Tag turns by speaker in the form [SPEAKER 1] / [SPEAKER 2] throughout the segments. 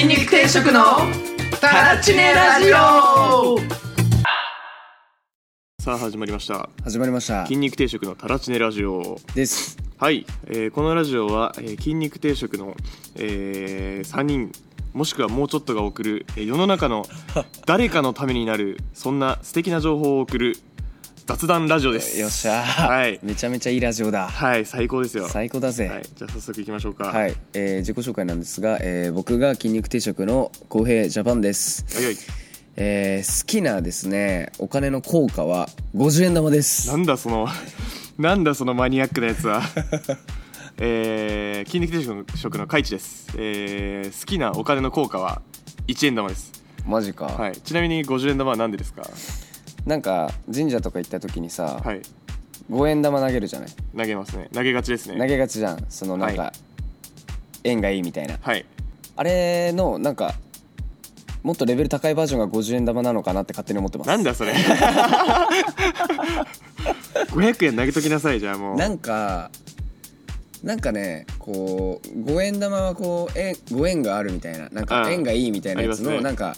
[SPEAKER 1] 食のタラチネラジオ
[SPEAKER 2] さあ始まりました
[SPEAKER 3] 始まりました
[SPEAKER 2] 筋肉定食のタラチネラジオ
[SPEAKER 3] です
[SPEAKER 2] はい、えーこのラジオは、えー筋肉定食の、え3人もしくはもうちょっとが送る、えー世の 中の誰かのためになるそんな素敵な情報を送る雑談ラジオです
[SPEAKER 3] よっしゃー
[SPEAKER 2] はい
[SPEAKER 3] めちゃめちゃいいラジオだ
[SPEAKER 2] はい最高ですよは
[SPEAKER 3] 最高だぜ
[SPEAKER 2] いじゃあ早速いきましょうか
[SPEAKER 3] はい、
[SPEAKER 2] はい
[SPEAKER 3] えー自己紹介なんですが、えー僕が筋肉定食の浩平ジャパンです、
[SPEAKER 2] はい
[SPEAKER 3] えー好きなですねお金の効果は50円玉です
[SPEAKER 2] なんだその なんだそのマニアックなやつ はえー、筋肉定食の食のカイチです、えー好きなお金の効果は1円玉です、
[SPEAKER 3] マジか、
[SPEAKER 2] はい、ちなみに50円玉は何でですか
[SPEAKER 3] なんか神社とか行った時にさ、
[SPEAKER 2] はい
[SPEAKER 3] 5円玉投げるじゃない
[SPEAKER 2] 投げますね投げがちですね
[SPEAKER 3] 投げがちじゃんそのなんか、
[SPEAKER 2] は
[SPEAKER 3] 縁がいいみたいな
[SPEAKER 2] はい
[SPEAKER 3] あれのなんかもっとレベル高いバージョンが50円玉なのかなって勝手に思ってます
[SPEAKER 2] なんだそれ 500円投げときなさいじゃあもう
[SPEAKER 3] なんかなんかねこう五円玉はこうえご縁があるみたいななん
[SPEAKER 2] う
[SPEAKER 3] か
[SPEAKER 2] ん
[SPEAKER 3] 縁がいいみたいなやつ
[SPEAKER 2] あり
[SPEAKER 3] の
[SPEAKER 2] ますね
[SPEAKER 3] なんか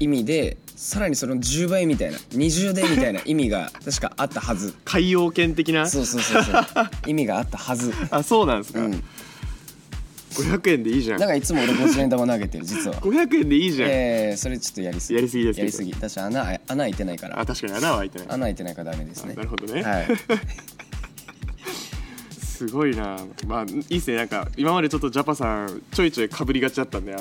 [SPEAKER 3] 意味でさらにその10倍みたいな20でみたいな意味が確かあったはず
[SPEAKER 2] 海洋圏的な
[SPEAKER 3] そうそうそう そう意味があったはず
[SPEAKER 2] あそうなんですか、
[SPEAKER 3] うん
[SPEAKER 2] 500円でいいじゃ
[SPEAKER 3] だ
[SPEAKER 2] ん
[SPEAKER 3] からいつも俺50円玉投げてる実 は
[SPEAKER 2] 500円でいいじゃん、
[SPEAKER 3] えー、それちょっとやりすぎ
[SPEAKER 2] やりすぎですけど
[SPEAKER 3] やりすぎだし穴あ穴開いてないから
[SPEAKER 2] あ確かに穴は開いてない
[SPEAKER 3] 穴開いてないからダメですね
[SPEAKER 2] なるほどね、
[SPEAKER 3] はい
[SPEAKER 2] すごいなまあいいっすねなんか今までちょっとジャパさんちょいちょいかぶりがちだったんであ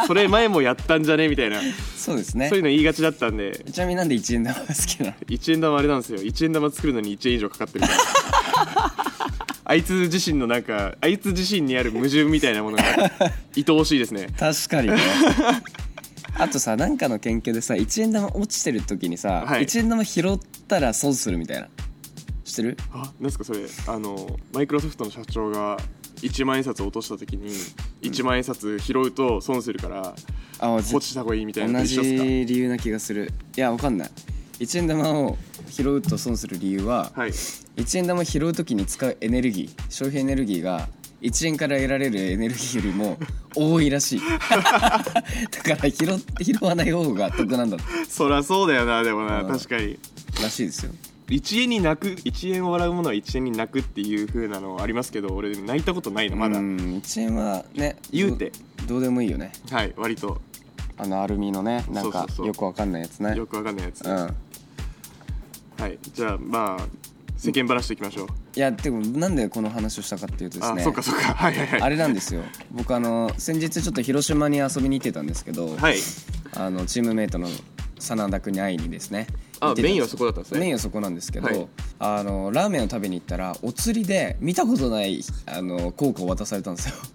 [SPEAKER 2] の それ前もやったんじゃねみたいな そ
[SPEAKER 3] そうですね
[SPEAKER 2] ういうの言いがちだったんで
[SPEAKER 3] ちなみになんで1円玉が好きなの
[SPEAKER 2] 1円玉あれなんですよ1円玉作るのに1円以上かか ってるからあいつ自身のなんかあいつ自身にある矛盾みたいなものが愛おしいですね
[SPEAKER 3] 確かにねあとさなんかの研究でさ一円玉落ちてる時にさ、
[SPEAKER 2] はい
[SPEAKER 3] 一円玉拾ったら損するみたいな知ってる
[SPEAKER 2] あなんですかそれあのマイクロソフトの社長が1万円札を落とした時に1万円札拾うと損するから
[SPEAKER 3] あ
[SPEAKER 2] 落ちた方がいいみたい
[SPEAKER 3] 同
[SPEAKER 2] なのと一緒っすか
[SPEAKER 3] じ理由な気がするいやわかんない一円玉を拾うと損する理由は、
[SPEAKER 2] はい
[SPEAKER 3] 一円玉拾う時に使うエネルギー消費エネルギーが1円から得られるエネルギーよりも多いらしい だから拾って拾わない方が得なんだ
[SPEAKER 2] そりゃそうだよなでもな
[SPEAKER 3] うん
[SPEAKER 2] 確かに
[SPEAKER 3] らしいですよ
[SPEAKER 2] 1円に泣く1円を笑うものは1円に泣くっていう風なのありますけど俺泣いたことないのまだ
[SPEAKER 3] うん1円はね
[SPEAKER 2] 言うて
[SPEAKER 3] どどうでもいいよね
[SPEAKER 2] はい割と
[SPEAKER 3] あのアルミのねなん
[SPEAKER 2] そう
[SPEAKER 3] か
[SPEAKER 2] そうそう
[SPEAKER 3] よくわかんないやつね
[SPEAKER 2] よくわかんないやつ、
[SPEAKER 3] うん
[SPEAKER 2] はいじゃあまあ世間話していきましょう、
[SPEAKER 3] いやでもなんでこの話をしたかっていうとです
[SPEAKER 2] あ
[SPEAKER 3] ね
[SPEAKER 2] そっかそっかはいはいはい
[SPEAKER 3] あれなんですよ僕あの先日ちょっと広島に遊びに行ってたんですけど、
[SPEAKER 2] はい
[SPEAKER 3] あのチームメイトの真田君に会いにですね行
[SPEAKER 2] あ
[SPEAKER 3] ってたんです
[SPEAKER 2] メインはそこだったんですね
[SPEAKER 3] メインはそこなんですけど、
[SPEAKER 2] はい
[SPEAKER 3] あのラーメンを食べに行ったらお釣りで見たことないあの効果を渡されたんですよ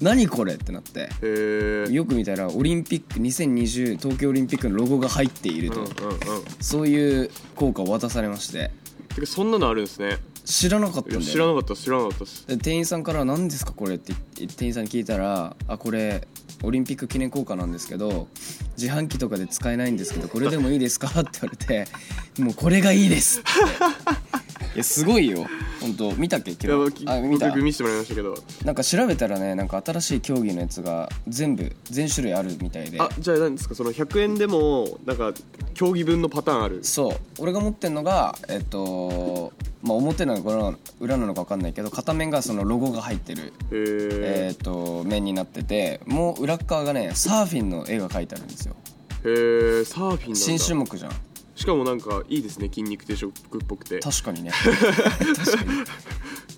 [SPEAKER 3] 何これってなって
[SPEAKER 2] へえ
[SPEAKER 3] よく見たらオリンピック2020東京オリンピックのロゴが入っている
[SPEAKER 2] うん
[SPEAKER 3] と、
[SPEAKER 2] うんうん
[SPEAKER 3] そういう効果を渡されまして
[SPEAKER 2] てかそんなのあるんですね
[SPEAKER 3] 知らなかったん
[SPEAKER 2] い
[SPEAKER 3] だ
[SPEAKER 2] や
[SPEAKER 3] よ
[SPEAKER 2] 知らなかった知らなかったです
[SPEAKER 3] で店員さんから「何ですかこれ」って言って店員さんに聞いたら「あこれオリンピック記念硬貨なんですけど自販機とかで使えないんですけどこれでもいいですか?」って言われて「もうこれがいいです」って いやすごいよ本当見たっけ
[SPEAKER 2] いや
[SPEAKER 3] 今日
[SPEAKER 2] き
[SPEAKER 3] あ見た
[SPEAKER 2] 僕見せてもらいましたけど
[SPEAKER 3] なんか調べたらねなんか新しい競技のやつが全部全種類あるみたいで
[SPEAKER 2] あじゃあ何ですかその100円でもなんか競技分のパターンある
[SPEAKER 3] そう俺が持ってんのがえっとまあ表なのかな裏なのか分かんないけど片面がそのロゴが入ってるえ
[SPEAKER 2] へえ
[SPEAKER 3] ー、と面になっててもう裏っ側がねサーフィンの絵が描いてあるんですよ
[SPEAKER 2] へえサーフィンなんだ
[SPEAKER 3] 新種目じゃん
[SPEAKER 2] しかもなんかいいですね筋肉定食っぽくて
[SPEAKER 3] 確かに ね確かに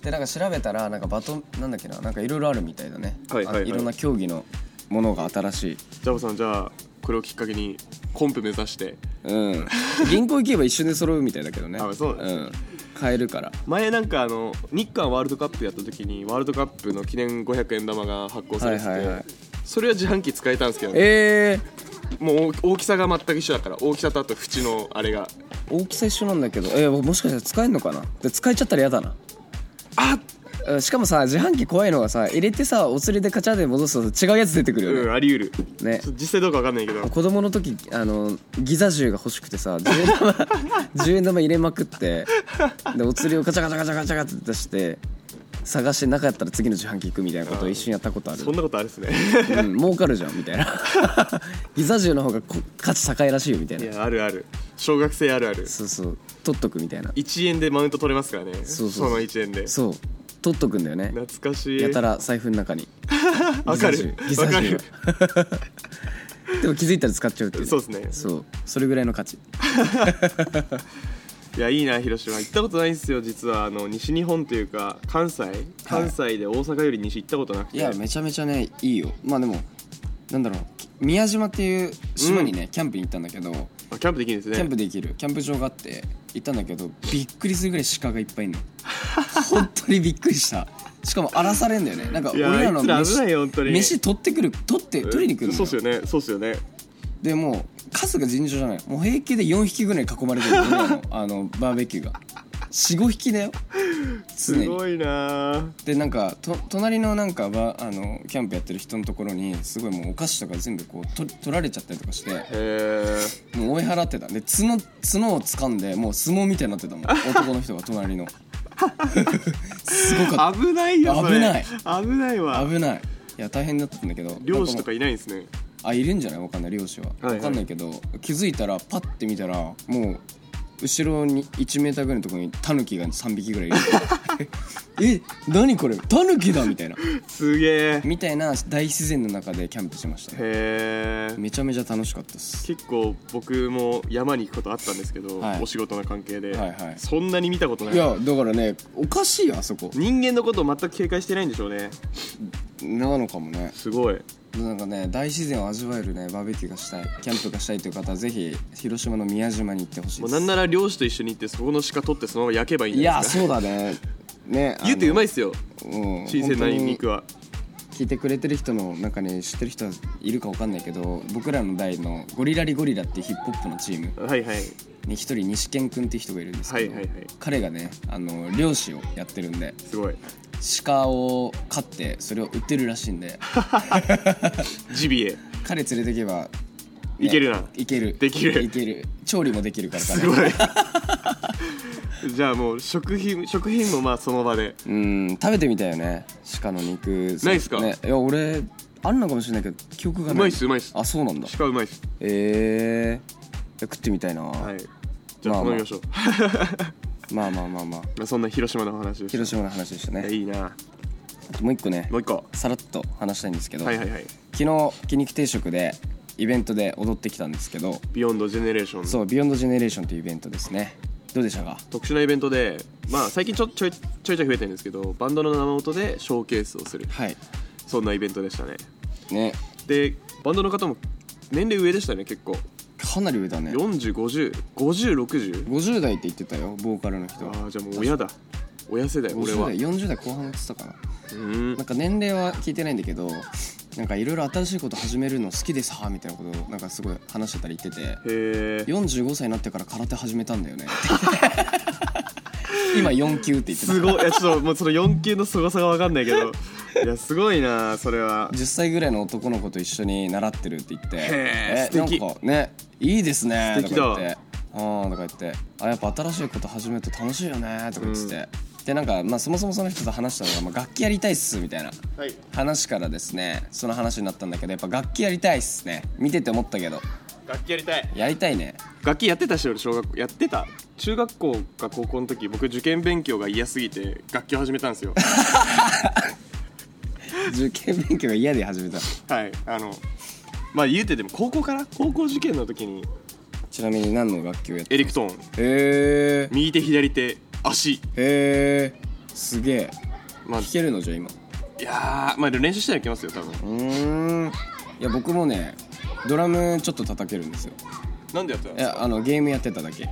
[SPEAKER 3] でなんか調べたらなんかバトンなんだっけななんかいろいろあるみたいだね、
[SPEAKER 2] はいはいはい
[SPEAKER 3] あのろんな競技のものが新しい
[SPEAKER 2] ジャボさんじゃあこれをきっかけにコンプ目指して
[SPEAKER 3] うん銀行行けば一瞬で揃うみたいだけどね
[SPEAKER 2] あそうなんですね
[SPEAKER 3] ん、買えるから
[SPEAKER 2] 前なんかあの日韓ワールドカップやった時にワールドカップの記念500円玉が発行されてて、
[SPEAKER 3] はいはいはい
[SPEAKER 2] それは自販機使えたんですけど、
[SPEAKER 3] えー、
[SPEAKER 2] もう大大きさが全く一緒だから大きさとあと縁のあれが
[SPEAKER 3] 大きさ一緒なんだけどえー、もしかしたら使えんのかなで使えちゃったら嫌だな
[SPEAKER 2] あ
[SPEAKER 3] うんしかもさ自販機怖いのがさ入れてさお釣りでカチャで戻すと違うやつ出てくるよね、
[SPEAKER 2] うんあり得る、
[SPEAKER 3] ね
[SPEAKER 2] ちょっと実際どうか分かんないけど
[SPEAKER 3] 子供の時あのギザ銃が欲しくてさ10円 玉10円玉入れまくってでお釣りをガチャガチャガチャガチャガチャって出して探してなかったら次の自販機行くみたいなことを一瞬やったことある
[SPEAKER 2] そんなことある ですね
[SPEAKER 3] うん、儲かるじゃんみたいな ギザ銃の方がこ価値高いらしいよみたい
[SPEAKER 2] い
[SPEAKER 3] な
[SPEAKER 2] やあるある小学生あるある
[SPEAKER 3] そうそう取っとくみたいな
[SPEAKER 2] 1円でマウント取れますからね
[SPEAKER 3] そうそう
[SPEAKER 2] の1円で
[SPEAKER 3] そう取っとくんだよね
[SPEAKER 2] 懐かしい
[SPEAKER 3] やたら財布の中に
[SPEAKER 2] わかる
[SPEAKER 3] ギ
[SPEAKER 2] わ
[SPEAKER 3] ザ
[SPEAKER 2] か
[SPEAKER 3] 銃
[SPEAKER 2] る
[SPEAKER 3] がでも気づいたら使っちゃうっていうね
[SPEAKER 2] そうですね
[SPEAKER 3] そうそれぐらいの価値
[SPEAKER 2] いやいいな広島行ったことないんですよ実はあの西日本というか関西関西で大阪より西行ったことなくて
[SPEAKER 3] いやめちゃめちゃねいいよまあでもなんだろう宮島っていう島にね、キャンプに行ったんだけど
[SPEAKER 2] あキャンプできるんですね
[SPEAKER 3] キャンプできるキャンプ場があって行ったんだけどびっくりするぐらい鹿がいっぱいいんの本当にびっくりしたしかも荒らされんだよねなんか
[SPEAKER 2] い
[SPEAKER 3] 俺ら
[SPEAKER 2] や
[SPEAKER 3] の
[SPEAKER 2] あい
[SPEAKER 3] 飯
[SPEAKER 2] つら危ないよ本当に
[SPEAKER 3] 飯取ってくる取って取りに来るの
[SPEAKER 2] そうっすよねそうっすよね
[SPEAKER 3] でもう数が尋常じゃないもう平気で4匹ぐらい囲まれてる俺らのあのバーベキューが45匹だよ常
[SPEAKER 2] す
[SPEAKER 3] に
[SPEAKER 2] ごいな
[SPEAKER 3] でなんかと隣のなんかばあのキャンプやってる人のところにすごいもうお菓子とか全部こうと取られちゃったりとかして
[SPEAKER 2] へえ
[SPEAKER 3] もう追い払ってたで角角を掴んでもう相撲みたいになって たもん男の人が隣のすご かっ
[SPEAKER 2] 危ないよそれ
[SPEAKER 3] 危ない
[SPEAKER 2] 危ない
[SPEAKER 3] た
[SPEAKER 2] わ
[SPEAKER 3] 危ないいや大変だったんだけど
[SPEAKER 2] 漁師と
[SPEAKER 3] か
[SPEAKER 2] かいないんですね
[SPEAKER 3] あいるんじゃないわかんない漁師は、
[SPEAKER 2] はいはい
[SPEAKER 3] わかんないけど気づいたらパッて見たらもう後ろに1メーターぐらいのところにタヌキが3匹ぐ らいいるえ何これタヌキだみたいな
[SPEAKER 2] すげえへ
[SPEAKER 3] みたいな大自然の中でキャンプしました
[SPEAKER 2] え
[SPEAKER 3] めちゃめちゃ楽しかったです
[SPEAKER 2] 結構僕も山に行くことあったんですけど、
[SPEAKER 3] はい
[SPEAKER 2] お仕事の関係で、
[SPEAKER 3] はいはい
[SPEAKER 2] そんなに見たことない
[SPEAKER 3] いやだからねおかしいよあそこ
[SPEAKER 2] 人間のことを全く警戒してないんでしょうね
[SPEAKER 3] なのかもね
[SPEAKER 2] すごい
[SPEAKER 3] なんかね大自然を味わえるねバーベキューがしたいキャンプがしたいという方はぜひ広島の宮島に行ってほしい
[SPEAKER 2] も
[SPEAKER 3] で
[SPEAKER 2] う
[SPEAKER 3] す
[SPEAKER 2] なんなら漁師と一緒に行ってそこの鹿取ってそのまま焼けばいいん
[SPEAKER 3] い
[SPEAKER 2] じゃな
[SPEAKER 3] や
[SPEAKER 2] いですか
[SPEAKER 3] そうだねね
[SPEAKER 2] 言うてうま
[SPEAKER 3] い
[SPEAKER 2] いっすよ
[SPEAKER 3] うん
[SPEAKER 2] 新鮮
[SPEAKER 3] 本
[SPEAKER 2] な
[SPEAKER 3] 当
[SPEAKER 2] 肉
[SPEAKER 3] に
[SPEAKER 2] は
[SPEAKER 3] 聞いてくれてる人の中に知ってる人はいるかわかんないけど僕らの代のゴリラリゴリラっていうヒップホップのチーム
[SPEAKER 2] はいはい
[SPEAKER 3] に一人西健君っていう人がいるんですけど、
[SPEAKER 2] はいはいはい
[SPEAKER 3] 彼がねあの漁師をやってるんです
[SPEAKER 2] ごい
[SPEAKER 3] 鹿を飼ってそれを売ってるらしいん で
[SPEAKER 2] ジビエ
[SPEAKER 3] 彼連れてけば、
[SPEAKER 2] いけるない
[SPEAKER 3] ける
[SPEAKER 2] できる
[SPEAKER 3] いける調理もできるから彼
[SPEAKER 2] すごい じゃあもう食品食品もまあその場で
[SPEAKER 3] うん食べてみたいよね鹿の肉
[SPEAKER 2] ないっすか
[SPEAKER 3] ね、いや俺あんのかもしれないけど記憶がないう
[SPEAKER 2] まいっすうまいっす
[SPEAKER 3] あそうなんだ
[SPEAKER 2] 鹿うまいっす
[SPEAKER 3] ええ食ってみたいな、
[SPEAKER 2] はいじゃあ
[SPEAKER 3] まあまあ
[SPEAKER 2] 頼みましょう、ま
[SPEAKER 3] まあまあまあまあ
[SPEAKER 2] あそんな広島のお話です
[SPEAKER 3] 広島の話でしたね
[SPEAKER 2] いいな
[SPEAKER 3] あともう一個ね
[SPEAKER 2] もう一個
[SPEAKER 3] さらっと話したいんですけど、
[SPEAKER 2] はいはいはい
[SPEAKER 3] 昨日筋肉定食でイベントで踊ってきたんですけど
[SPEAKER 2] ビヨンドジェネレーション
[SPEAKER 3] そう「ビヨンドジェネレーションというイベントですねどうでしたか
[SPEAKER 2] 特殊なイベントでまあ最近ちょちょいちょいちょい増えてるんですけどバンドの生音でショーケースをする
[SPEAKER 3] はい
[SPEAKER 2] そんなイベントでしたね
[SPEAKER 3] ね
[SPEAKER 2] でバンドの方も年齢上でしたね結構
[SPEAKER 3] かなり上だね
[SPEAKER 2] 40505060
[SPEAKER 3] 50代って言ってたよボーカルの人
[SPEAKER 2] ああじゃあもう親だ親世代俺
[SPEAKER 3] 50
[SPEAKER 2] は
[SPEAKER 3] 代40代後半って言ってたかな
[SPEAKER 2] うん
[SPEAKER 3] なんか年齢は聞いてないんだけどなんかいろいろ新しいこと始めるの好きでさみたいなことをなんかすごい話してたり言ってて
[SPEAKER 2] へえ
[SPEAKER 3] 45歳になってから空手始めたんだよ ね今4級って言ってた
[SPEAKER 2] すごいいやちょっともうその4級の凄さが分かんないけどいやすごいなそれは
[SPEAKER 3] 10歳ぐらいの男の子と一緒に習ってるって言って
[SPEAKER 2] へー
[SPEAKER 3] え
[SPEAKER 2] 素敵
[SPEAKER 3] なんかねいいですね
[SPEAKER 2] 素敵
[SPEAKER 3] とか
[SPEAKER 2] だ
[SPEAKER 3] 言ってあーとか言ってあやっぱ新しいこと始めると楽しいよねとか言ってて、でなんか、まあ、そもそもその人と話したのが、まあ、楽器やりたいっすみたいな
[SPEAKER 2] はい
[SPEAKER 3] 話からですねその話になったんだけどやっぱ楽器やりたいっすね見てて思ったけど
[SPEAKER 2] 楽器やりたい
[SPEAKER 3] やりたいね
[SPEAKER 2] 楽器やってたし俺小学校やってた中学校か高校の時僕受験勉強が嫌すぎて楽器を始めたんですよ
[SPEAKER 3] 受験勉強が嫌で始めた
[SPEAKER 2] はいあのまあ言うてでも高校から高校受験の時に
[SPEAKER 3] ちなみに何の楽器をやって
[SPEAKER 2] エリクトーン
[SPEAKER 3] へー
[SPEAKER 2] 右手左手足
[SPEAKER 3] へーすげえ
[SPEAKER 2] まあ
[SPEAKER 3] 弾けるのじゃあ今
[SPEAKER 2] いやーまあでも練習したらいけますよ多分
[SPEAKER 3] うーんいや僕もねドラムちょっと叩けるんですよ
[SPEAKER 2] なんでやってたん
[SPEAKER 3] い
[SPEAKER 2] です
[SPEAKER 3] やあのゲームやってただけ
[SPEAKER 2] か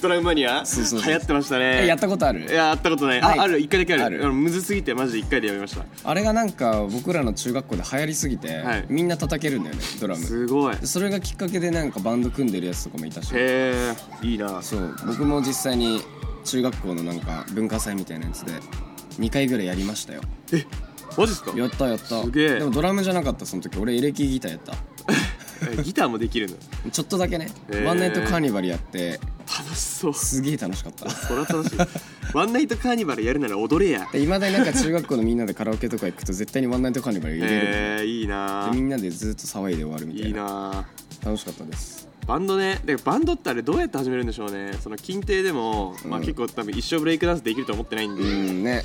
[SPEAKER 2] ドラムマニア
[SPEAKER 3] そうそうそう
[SPEAKER 2] 流行ってましたね
[SPEAKER 3] えやったことある
[SPEAKER 2] いややったことない
[SPEAKER 3] ない
[SPEAKER 2] あある一回だけある
[SPEAKER 3] ある
[SPEAKER 2] あのむずすぎてマジで一回でやめました
[SPEAKER 3] あれがなんか僕らの中学校で流行りすぎて、
[SPEAKER 2] はい
[SPEAKER 3] みんな叩けるんだよねドラム
[SPEAKER 2] すごいへ
[SPEAKER 3] それがきっかけでなんかバンド組んでるやつとかもいたし
[SPEAKER 2] えいいな
[SPEAKER 3] そう僕も実際に中学校のなんか文化祭みたいなやつで2回ぐらいやりましたよ
[SPEAKER 2] えマジっすか
[SPEAKER 3] やったやった
[SPEAKER 2] すげえ
[SPEAKER 3] でもドラムじゃなかったその時俺エレキギターやった
[SPEAKER 2] えギターもできるの
[SPEAKER 3] ちょっとだけね、
[SPEAKER 2] へー
[SPEAKER 3] ワンナイトカーニバルやって
[SPEAKER 2] 楽しそうそ
[SPEAKER 3] すげえ楽しかった
[SPEAKER 2] りゃ楽しいワンナイトカーニバルやるなら踊れや
[SPEAKER 3] いまだになんか中学校のみんなでカラオケとか行くと絶対にワンナイトカーニバル入れる、
[SPEAKER 2] えー、いいな
[SPEAKER 3] でみんなでずっと騒いで終わるみた
[SPEAKER 2] い
[SPEAKER 3] い
[SPEAKER 2] い
[SPEAKER 3] な
[SPEAKER 2] な
[SPEAKER 3] 楽しかったです
[SPEAKER 2] バンドねでバンドってあれどうやって始めるんでしょうねその近定でも、まあ、
[SPEAKER 3] うん
[SPEAKER 2] 結構多分一生ブレイクダンスできると思ってないんで、
[SPEAKER 3] うんね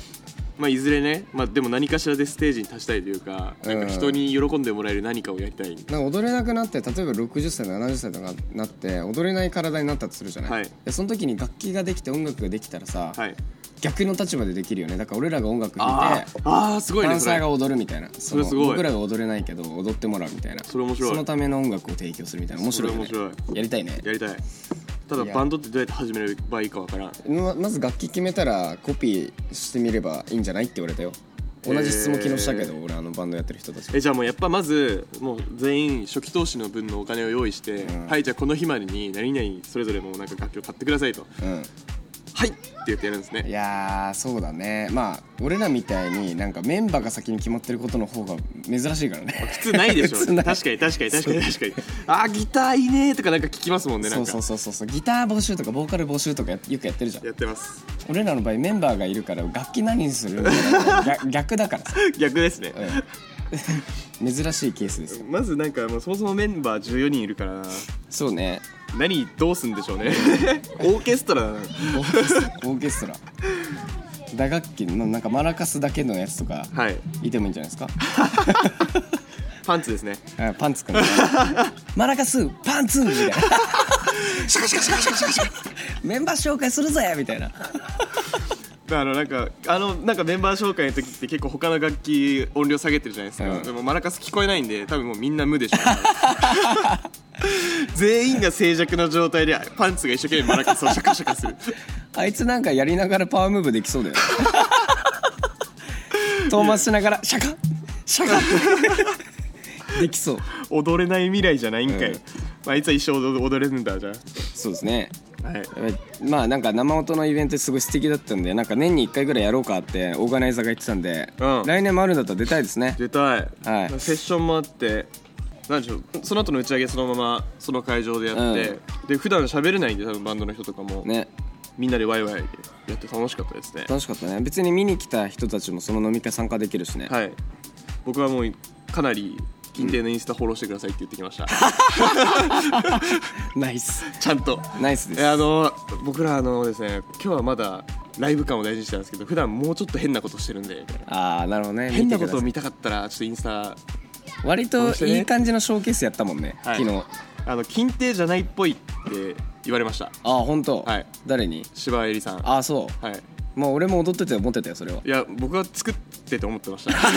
[SPEAKER 2] まあ、いずれね、まあ、でも何かしらでステージに立ちたいというかなんか人に喜んでもらえる何かをやりたい、
[SPEAKER 3] なんか踊れなくなって例えば60歳70歳とかなって踊れない体になったとするじゃない、
[SPEAKER 2] はい
[SPEAKER 3] でその時に楽器ができて音楽ができたらさ、
[SPEAKER 2] はい
[SPEAKER 3] 逆の立場でできるよねだから俺らが音楽弾い
[SPEAKER 2] あ
[SPEAKER 3] て
[SPEAKER 2] ーあーすごい
[SPEAKER 3] ダ
[SPEAKER 2] ね
[SPEAKER 3] ン
[SPEAKER 2] そ
[SPEAKER 3] サー
[SPEAKER 2] れ
[SPEAKER 3] が踊るみたいなその
[SPEAKER 2] それすごい
[SPEAKER 3] 僕らが踊れないけど踊ってもらうみたいな
[SPEAKER 2] それ面白い
[SPEAKER 3] そのための音楽を提供するみたいな面白い,、ね、
[SPEAKER 2] それ面白
[SPEAKER 3] やりたいね
[SPEAKER 2] やりたいただ
[SPEAKER 3] いや
[SPEAKER 2] バンドってどうやって始めればいいかわからん
[SPEAKER 3] ままず楽器決めたらコピーしてみればいいんじゃないって言われたよ同じ質問昨日したけど、
[SPEAKER 2] へ
[SPEAKER 3] 俺あのバンドやってる人たち
[SPEAKER 2] えじゃあもうやっぱまずもう全員初期投資の分のお金を用意して、
[SPEAKER 3] うん
[SPEAKER 2] はいじゃあこの日までに何々それぞれもうなんか楽器を買ってくださいと
[SPEAKER 3] う
[SPEAKER 2] はいって言ってやるんです
[SPEAKER 3] んい
[SPEAKER 2] ね
[SPEAKER 3] やーそうだねまあ俺らみたいになんかメンバーが先に決まってることの方が珍しいからね
[SPEAKER 2] 普通ないでしょ
[SPEAKER 3] 普
[SPEAKER 2] 確
[SPEAKER 3] 通ない
[SPEAKER 2] かに確かに確かに確かにあーギターいいねーとかなんか聞きますもんねなん
[SPEAKER 3] そうそ
[SPEAKER 2] か
[SPEAKER 3] うそうそうそうギター募集とかボーカル募集とかやよくやってるじゃん
[SPEAKER 2] やってます
[SPEAKER 3] 俺らの場合メンバーがいるから楽器何にするみたいな逆逆だからさ、
[SPEAKER 2] 逆ですね、
[SPEAKER 3] うん珍しいケースですよ
[SPEAKER 2] まずなんかもうそもそもメンバー14人いるから
[SPEAKER 3] そうね
[SPEAKER 2] 何どうすんでしょうね オーケストラだな
[SPEAKER 3] オーケストラオーケストラ打楽器のなんかマラカスだけのやつとか
[SPEAKER 2] はい
[SPEAKER 3] いてもいいんじゃないですか
[SPEAKER 2] パンツですね
[SPEAKER 3] あパンツくんねマラカスパンツみたいな シャカシャカシャカシャカシャカシャカメンバー紹介するぜみたいな
[SPEAKER 2] あのなんかあのなんかメンバー紹介の時って結構他の楽器音量下げてるじゃないですか、
[SPEAKER 3] うん
[SPEAKER 2] でもマラカス聞こえないんで多分もうみんな無 でしょ全員が静寂の状態でパンツが一生懸命マラカスをシャカシャカする
[SPEAKER 3] あいつなんかやりながらパワームーブできそうだよね 遠回ししながらシャカシャカできそう
[SPEAKER 2] 踊れない未来じゃないんか
[SPEAKER 3] う
[SPEAKER 2] い、
[SPEAKER 3] ん
[SPEAKER 2] まあ、あいつは一生踊踊れるんだじゃ
[SPEAKER 3] そうですね
[SPEAKER 2] あはい
[SPEAKER 3] まあなんか生音のイベントすごい素敵だったんでなんか年に1回ぐらいやろうかってオーガナイザーが言ってたんで、
[SPEAKER 2] うん
[SPEAKER 3] 来年もあるんだったら出たいですね
[SPEAKER 2] 出
[SPEAKER 3] は
[SPEAKER 2] たい、
[SPEAKER 3] い
[SPEAKER 2] セッションもあってなんでしょうその後の打ち上げそのままその会場でやって、で普段喋れないんで多分バンドの人とかも、
[SPEAKER 3] ね
[SPEAKER 2] みんなでワイワイやって楽しかったですね
[SPEAKER 3] 楽しかったね別に見に来た人たちもその飲み会参加できるしね、
[SPEAKER 2] はい僕はもうかなり近定のインスタフォローしてくださいって言ってき ました、
[SPEAKER 3] ナイス
[SPEAKER 2] ちゃんと
[SPEAKER 3] ナイスです
[SPEAKER 2] えあの僕らあのですね今日はまだライブ感を大事にしてたんですけど普段もうちょっと変なことしてるんで
[SPEAKER 3] ああなるほどね
[SPEAKER 2] 変
[SPEAKER 3] 見て
[SPEAKER 2] な
[SPEAKER 3] くだ
[SPEAKER 2] こ
[SPEAKER 3] さ
[SPEAKER 2] と
[SPEAKER 3] い
[SPEAKER 2] を見たかったらちょっとインスタ
[SPEAKER 3] 割といい感じのショーケースやったもんね、
[SPEAKER 2] はい
[SPEAKER 3] 昨日あ
[SPEAKER 2] あの近定じゃないっぽいって言われました
[SPEAKER 3] あ本当、
[SPEAKER 2] はい
[SPEAKER 3] 誰に
[SPEAKER 2] 柴江里さん
[SPEAKER 3] ああそう
[SPEAKER 2] はい
[SPEAKER 3] まあ俺も踊ってて思ってたよそれはい
[SPEAKER 2] や僕は作ってて思ってました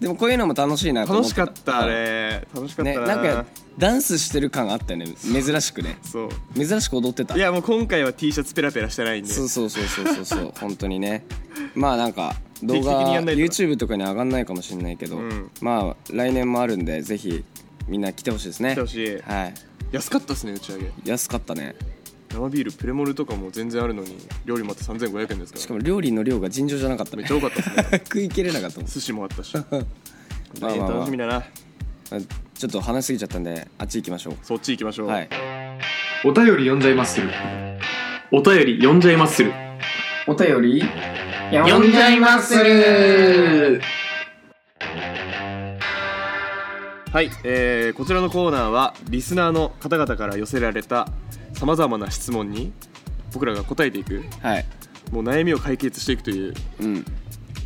[SPEAKER 3] でもこういうのも楽しいなと思
[SPEAKER 2] 楽
[SPEAKER 3] って
[SPEAKER 2] しかったあれ楽しかった
[SPEAKER 3] ね
[SPEAKER 2] な,、
[SPEAKER 3] なんかダンスしてる感あったよね珍しくね
[SPEAKER 2] そう
[SPEAKER 3] 珍しく踊ってた
[SPEAKER 2] いやもう今回は T シャツペラペラしてないんで
[SPEAKER 3] そうそうそうそうそう そう本当にねまあなんか動
[SPEAKER 2] 定期的に
[SPEAKER 3] 画
[SPEAKER 2] やんないと
[SPEAKER 3] YouTube とかに上がんないかもしれないけど、
[SPEAKER 2] うん
[SPEAKER 3] まあ来年もあるんでぜひみんな来てほしいですね
[SPEAKER 2] 来てほしい
[SPEAKER 3] はい
[SPEAKER 2] 安かったですね打ち上げ
[SPEAKER 3] 安かったね
[SPEAKER 2] 生ビールプレモルとかも全然あるのに料理もあって3500円ですか
[SPEAKER 3] しからも料理の量が尋常じゃなかった
[SPEAKER 2] めっ
[SPEAKER 3] ね
[SPEAKER 2] ちゃ多かったですね
[SPEAKER 3] 食い切れなかったもん
[SPEAKER 2] 寿司もあっ たし
[SPEAKER 3] まあ
[SPEAKER 2] 大
[SPEAKER 3] ま
[SPEAKER 2] 変
[SPEAKER 3] あまあ
[SPEAKER 2] 楽しみだな
[SPEAKER 3] あちょっと話しすぎちゃったんであっち行きましょ
[SPEAKER 2] そっち行きましょ
[SPEAKER 3] う
[SPEAKER 2] う、
[SPEAKER 3] はい
[SPEAKER 2] お便り読んじゃいまするお便り読んじゃいまする
[SPEAKER 3] お便り
[SPEAKER 1] 呼んじゃいまする
[SPEAKER 2] はい、えーこちらのコーナーはリスナーの方々から寄せられたさまざまな質問に僕らが答えていく
[SPEAKER 3] はい
[SPEAKER 2] もう悩みを解決していくという
[SPEAKER 3] うん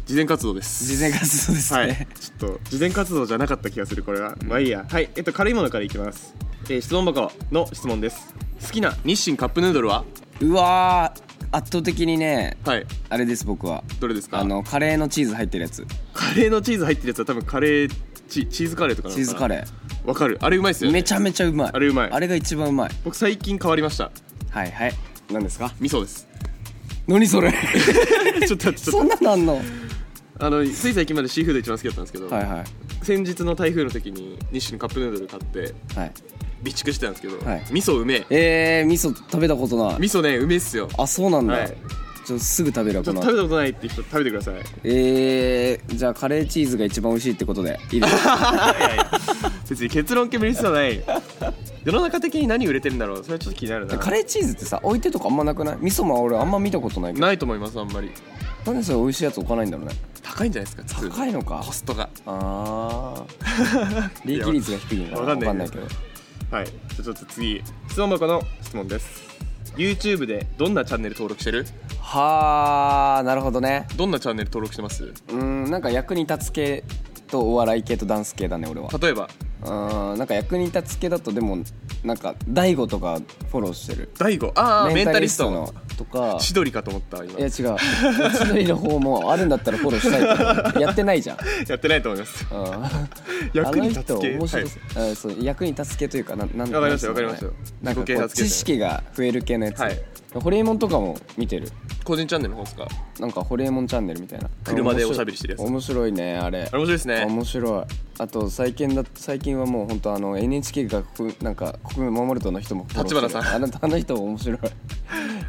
[SPEAKER 2] 事前活動です
[SPEAKER 3] 事前活動ですね、
[SPEAKER 2] はい、ちょっと事前活動じゃなかった気がするこれは、まあいいやはいえっと軽いものからいきます、えー質問箱の質問です好きな日清カップヌードルは
[SPEAKER 3] うわー圧倒的にね
[SPEAKER 2] はい
[SPEAKER 3] あれです僕は
[SPEAKER 2] どれですか
[SPEAKER 3] あのカレーのチーズ入ってるやつ
[SPEAKER 2] カレーのチーズ入ってるやつは多分カレーチチーズカレーとかなの
[SPEAKER 3] チー
[SPEAKER 2] かな
[SPEAKER 3] ズカレ
[SPEAKER 2] わかるあれうまいっすよ
[SPEAKER 3] ー
[SPEAKER 2] ね
[SPEAKER 3] めちゃめちゃうまい
[SPEAKER 2] あれうまい
[SPEAKER 3] あれが一番うまい
[SPEAKER 2] 僕最近変わりました
[SPEAKER 3] はいはい何ですか
[SPEAKER 2] 味噌です
[SPEAKER 3] 何それ
[SPEAKER 2] ちょっと待ってちょ
[SPEAKER 3] そ
[SPEAKER 2] っ
[SPEAKER 3] んなのあんのはい
[SPEAKER 2] とあのつい最近までシーフード一番好きだったんですけど、
[SPEAKER 3] は
[SPEAKER 2] 先日の台風の時に日清カップヌードル買って
[SPEAKER 3] いはい
[SPEAKER 2] 備蓄してたんですけど、
[SPEAKER 3] はい
[SPEAKER 2] 味噌うめえ
[SPEAKER 3] えー、味噌食べたことない
[SPEAKER 2] 味噌ねうめえっすよ
[SPEAKER 3] あそうなんだ、
[SPEAKER 2] はい
[SPEAKER 3] ちょっとすぐ食べるわ
[SPEAKER 2] ちょ
[SPEAKER 3] こ
[SPEAKER 2] っ
[SPEAKER 3] の
[SPEAKER 2] と食べたことないって人食べてください
[SPEAKER 3] えー、じゃあカレーチ ーズが一番美味しいってことでいいですか
[SPEAKER 2] 別に結論決める必要はない世の中的に何売れてるんだろうそれはちょっと気になるな
[SPEAKER 3] カレーチーズってさ置いてるとかあんまなくない味噌も俺あんま見たことないけど
[SPEAKER 2] ないと思いますあんまり
[SPEAKER 3] なんでそれ美味しいやつ置かないんだろうね
[SPEAKER 2] 高いんじゃないですか
[SPEAKER 3] 高いのか
[SPEAKER 2] コストが
[SPEAKER 3] ああ 利益率が低いのかな
[SPEAKER 2] わかんない
[SPEAKER 3] わかんないけど
[SPEAKER 2] はいじゃあちょっと次質問箱の質問です YouTube でどんなチャンネル登録してる
[SPEAKER 3] はあなるほどね
[SPEAKER 2] どんなチャンネル登録してます
[SPEAKER 3] うんなんか役に立つ系とお笑い系とダンス系だね俺は
[SPEAKER 2] 例えば
[SPEAKER 3] うんなんか役に立つ系だとでもなんか大悟とかフォローしてる
[SPEAKER 2] 大悟ああメンタリストの
[SPEAKER 3] のと か
[SPEAKER 2] 千鳥かと思った今
[SPEAKER 3] いや違う千鳥の方もあるんだったらフォローしたいけどやってないじゃん、
[SPEAKER 2] やってないと思います
[SPEAKER 3] うん、
[SPEAKER 2] 役に立つ
[SPEAKER 3] あの人
[SPEAKER 2] 系
[SPEAKER 3] 面白い
[SPEAKER 2] はい
[SPEAKER 3] うんそう役に立つ系というかなんなん
[SPEAKER 2] わかりました
[SPEAKER 3] なんていう
[SPEAKER 2] わかりました
[SPEAKER 3] の
[SPEAKER 2] よ
[SPEAKER 3] なん
[SPEAKER 2] 自己
[SPEAKER 3] かこう
[SPEAKER 2] 啓発系ですね
[SPEAKER 3] 知識が増える系のやつ、
[SPEAKER 2] はい
[SPEAKER 3] ホリエモンとかも見てる
[SPEAKER 2] 個人チャンネルの方ですか
[SPEAKER 3] なんかホリエモンチャンネルみたいな
[SPEAKER 2] 車でおしゃべりしてるやつ
[SPEAKER 3] 面白いねあれ
[SPEAKER 2] あれ面白いですね
[SPEAKER 3] 面白いあと最近だ最近はもう本当あの NHK が国なんか国民守る党の人もフォローしてる
[SPEAKER 2] 橘さん
[SPEAKER 3] あのあの人も面白い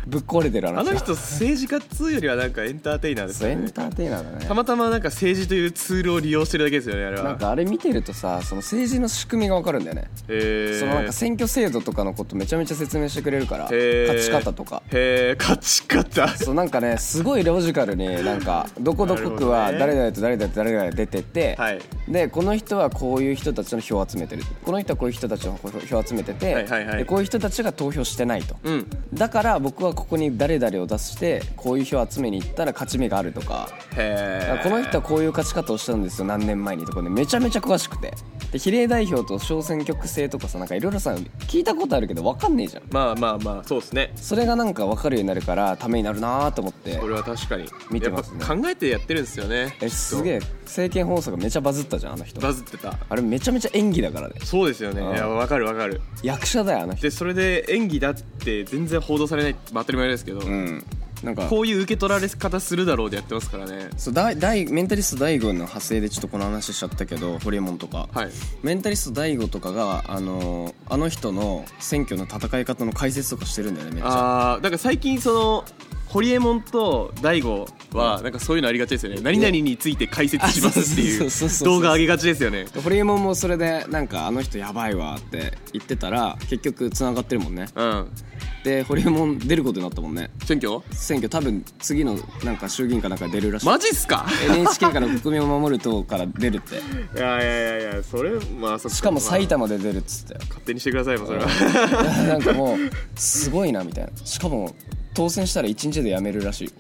[SPEAKER 3] ぶっ壊れてるあの
[SPEAKER 2] あ
[SPEAKER 3] 人
[SPEAKER 2] の人政治家っつうよりはなんかエンターテイナーです
[SPEAKER 3] そうエ
[SPEAKER 2] よ
[SPEAKER 3] ン
[SPEAKER 2] ね
[SPEAKER 3] ターテイナーだね
[SPEAKER 2] たまたまなんか政治というツールを利用してるだけですよねあれ
[SPEAKER 3] なん
[SPEAKER 2] は
[SPEAKER 3] かあれ見てるとさその政治の仕組みが分かるんだよね、
[SPEAKER 2] え
[SPEAKER 3] そのなんか
[SPEAKER 2] ー
[SPEAKER 3] 選挙制度とかのことめちゃめちゃ説明してくれるから、
[SPEAKER 2] へー
[SPEAKER 3] 勝ち方とか
[SPEAKER 2] へえ勝ち方
[SPEAKER 3] そうなんかねすごいロジカ ルになんかどこどこ区は
[SPEAKER 2] なるほど
[SPEAKER 3] 誰々
[SPEAKER 2] ね
[SPEAKER 3] と誰々と誰々出てて、
[SPEAKER 2] はい
[SPEAKER 3] でこの人はこういう人たちの票を集めてるこの人はこういう人たちの票を集めてて、
[SPEAKER 2] はいはいはい
[SPEAKER 3] でこういう人たちが投票してないと、
[SPEAKER 2] うん
[SPEAKER 3] だから僕はここに誰々を出してこういう票を集めに行ったら勝ち目があるとかだか
[SPEAKER 2] へ
[SPEAKER 3] ら
[SPEAKER 2] え
[SPEAKER 3] この人はこういう勝ち方をしたんですよ何年前にとかねめちゃめちゃ詳しくてで比例代表と小選挙区制とかさなんかいろいろさ聞いたことあるけど分かんねえじゃん
[SPEAKER 2] まあまあまあそうですね
[SPEAKER 3] それがなんか分かるようになるからためになるなと思って
[SPEAKER 2] これは確かに
[SPEAKER 3] 見てますね
[SPEAKER 2] やっぱ考えてやってるんですよね
[SPEAKER 3] えすげえ政見放送がめちゃバズったじゃんあの人
[SPEAKER 2] バズってた
[SPEAKER 3] あれめちゃめちゃ演技だからね
[SPEAKER 2] そうですよねい
[SPEAKER 3] うん
[SPEAKER 2] やわかるわかる
[SPEAKER 3] 役者だよあの人
[SPEAKER 2] でそれで演技だって全然報道されないまあ当たり前ですけど、
[SPEAKER 3] うんなんか
[SPEAKER 2] こういう受け取られ方するだろうでやってますからね
[SPEAKER 3] そうだいだいメンタリスト大悟の派生でちょっとこの話しちゃったけどホリエモンとか、
[SPEAKER 2] はい
[SPEAKER 3] メンタリスト大悟とかが、あのーあの人の選挙の戦い方の解説とかしてるんだよねめっちゃ
[SPEAKER 2] あーだから最近そのホリエモンと大悟はなんかそういうのありがちですよね何々について解説しますってい
[SPEAKER 3] あそう
[SPEAKER 2] う
[SPEAKER 3] そうそうそう
[SPEAKER 2] 動画上げがちですよね
[SPEAKER 3] でホリエモンもそれでなんかあの人やばいわって言ってたら結局つながってるもんね
[SPEAKER 2] うん
[SPEAKER 3] でホリエモン出ることになったもんね
[SPEAKER 2] 選挙
[SPEAKER 3] 選挙多分次のなんか衆議院かなんかに出るらしい、
[SPEAKER 2] マジっすか
[SPEAKER 3] NHK から国民を守る党から出るって
[SPEAKER 2] いやいやいやいやそれまあそっ
[SPEAKER 3] しかも埼
[SPEAKER 2] まあ
[SPEAKER 3] 玉で出るっつって よ
[SPEAKER 2] 勝手にしてくださいもうそれは
[SPEAKER 3] なんかもうすごいなみたいなしかも当選したら1日で辞めるらしいよ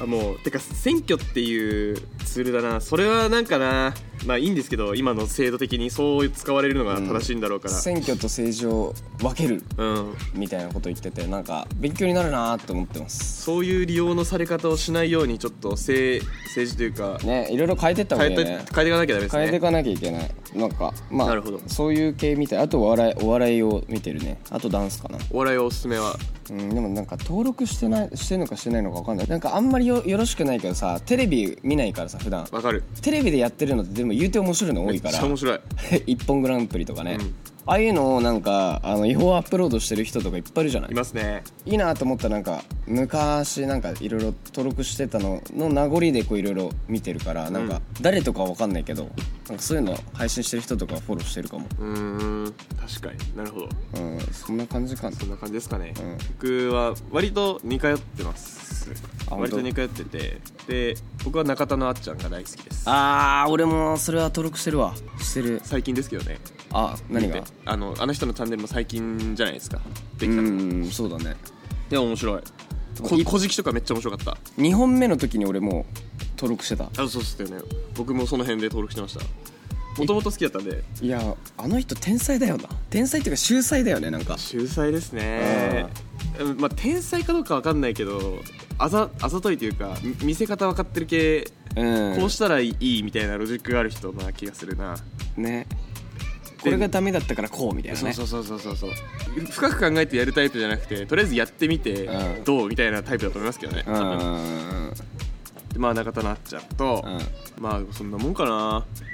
[SPEAKER 2] あもうてか選挙っていうツールだなそれはなんかなまあいいんですけど今の制度的にそう使われるのが正しいんだろうから
[SPEAKER 3] 選挙と政治を分ける
[SPEAKER 2] うん、
[SPEAKER 3] みたいなこと言っててなんか勉強になるなーって思ってます
[SPEAKER 2] そういう利用のされ方をしないようにちょっと政政治というか
[SPEAKER 3] ねいろいろ変えてった方が
[SPEAKER 2] 変
[SPEAKER 3] い
[SPEAKER 2] え
[SPEAKER 3] い
[SPEAKER 2] て
[SPEAKER 3] よ
[SPEAKER 2] 変え
[SPEAKER 3] ね
[SPEAKER 2] ていかなきゃダメです
[SPEAKER 3] 変えてい
[SPEAKER 2] ね
[SPEAKER 3] かなきゃいけないなんかまあ
[SPEAKER 2] なるほど
[SPEAKER 3] そういう系みたいあとお笑いお笑いを見てるねあとダンスかな
[SPEAKER 2] お笑いおすすめは
[SPEAKER 3] うんでもなんか登録してないしてんのかしてないのか分かんないなんかあんまりよよろしくないけどさテレビ見ないからさ普段
[SPEAKER 2] わかる
[SPEAKER 3] テレビでやってるのってでも言うて面白いの多いか
[SPEAKER 2] めっ
[SPEAKER 3] ら
[SPEAKER 2] ちゃ面白い
[SPEAKER 3] 一本グランプリとかね、
[SPEAKER 2] うん
[SPEAKER 3] ああいうのをなんかあの違法アップロードしてる人とかいっぱいいるじゃない
[SPEAKER 2] いますね
[SPEAKER 3] いいなと思ったらなんか昔なんかいろいろ登録してたのの名残でこういろいろ見てるからなん
[SPEAKER 2] うん
[SPEAKER 3] か誰とかは分かんないけどなんかそういうの配信してる人とかはフォローしてるかも
[SPEAKER 2] うーん確かになるほど
[SPEAKER 3] うんそんな感じかな
[SPEAKER 2] そんな感じですかね、
[SPEAKER 3] うん
[SPEAKER 2] 僕は割と似通ってます
[SPEAKER 3] あ
[SPEAKER 2] 割と
[SPEAKER 3] 本当
[SPEAKER 2] 似通っててで僕は中田のあっちゃんが大好きです
[SPEAKER 3] あー俺もそれは登録してるわしてる
[SPEAKER 2] 最近ですけどね
[SPEAKER 3] あ何が
[SPEAKER 2] であのあの人のチャンネルも最近じゃないですかで
[SPEAKER 3] う
[SPEAKER 2] きたの
[SPEAKER 3] んそうだね
[SPEAKER 2] でも面白いこ
[SPEAKER 3] い
[SPEAKER 2] 「古事記」とかめっちゃ面白かっ
[SPEAKER 3] 2本目の時に俺もう登録してた
[SPEAKER 2] たあそうっすよね僕もその辺で登録してましたもともと好きだったんで
[SPEAKER 3] いやあの人天才だよな天才っていうか秀才だよねなんか
[SPEAKER 2] 秀才ですねうんまあ天才かどうかわかんないけどあざあざといというかみ見せ方分かってる系
[SPEAKER 3] うん
[SPEAKER 2] こうしたらいいみたいなロジックがある人な気がするな、
[SPEAKER 3] ねこれがダメだったからこうみたいな
[SPEAKER 2] そう
[SPEAKER 3] ね
[SPEAKER 2] そうそうそうそうそう深く考えてやるタイプじゃなくてとりあえずやってみて
[SPEAKER 3] うん
[SPEAKER 2] どうみたいなタイプだと思いますけどね、
[SPEAKER 3] うんうん
[SPEAKER 2] でまあ中田なっちゃんと、
[SPEAKER 3] うん
[SPEAKER 2] まあそんなもんかな、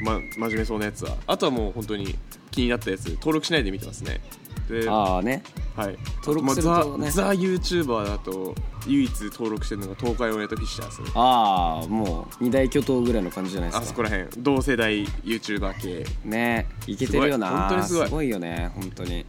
[SPEAKER 2] ま、真面目そうなやつはあとはもう本当に気になったやつ登録しないで見てますねで
[SPEAKER 3] ああね
[SPEAKER 2] はい
[SPEAKER 3] 登録する
[SPEAKER 2] まあ
[SPEAKER 3] とね
[SPEAKER 2] ザ・ザ・ユーチューバーだと唯一登録してるのが東海オンエアとフィッシャーズ
[SPEAKER 3] ああもう二大巨頭ぐらいの感じじゃないです
[SPEAKER 2] あ
[SPEAKER 3] か
[SPEAKER 2] そこら辺同世代ユーチューバー系
[SPEAKER 3] ねいけてるよな
[SPEAKER 2] すごい本当にすごい
[SPEAKER 3] よね本当に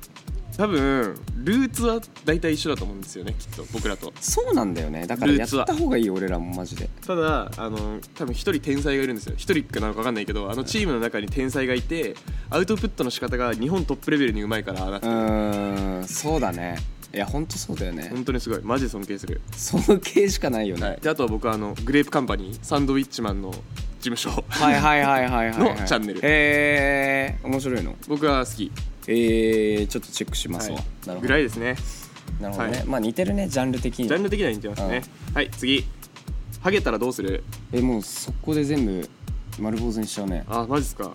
[SPEAKER 2] 多分ルーツは大体一緒だと思うんですよねきっと僕らと
[SPEAKER 3] そうなんだよねだから
[SPEAKER 2] ル
[SPEAKER 3] や
[SPEAKER 2] ー
[SPEAKER 3] っ
[SPEAKER 2] ツは
[SPEAKER 3] た方がいい俺らもマジで
[SPEAKER 2] ただあの多分一人天才がいるんですよ一人かなのか分かんないけどあのチームの中に天才がいてアウトプットの仕方が日本トップレベルにうまいからああなっ
[SPEAKER 3] う
[SPEAKER 2] て
[SPEAKER 3] ーんそうだねいやほんとそうだよね
[SPEAKER 2] 本当にすごいマジで尊敬する、
[SPEAKER 3] 尊敬しかないよね、
[SPEAKER 2] はい、であとは僕はあのグレープカンパニーサンドウィッチマンの事務所
[SPEAKER 3] はいはいはいはいはいはい
[SPEAKER 2] のチャンネル
[SPEAKER 3] へえ面白いの
[SPEAKER 2] 僕は好き
[SPEAKER 3] えー、ちょっとチェックしますわ、
[SPEAKER 2] は
[SPEAKER 3] なるほ
[SPEAKER 2] ぐ
[SPEAKER 3] ど
[SPEAKER 2] らいですね
[SPEAKER 3] なるほどね、
[SPEAKER 2] はい
[SPEAKER 3] まあ似てるねジャンル的に
[SPEAKER 2] ジャンル的には似てますねはい次ハゲたらどうする
[SPEAKER 3] えもう速攻で全部丸坊主にしちゃうね
[SPEAKER 2] あマジっすか、
[SPEAKER 3] うん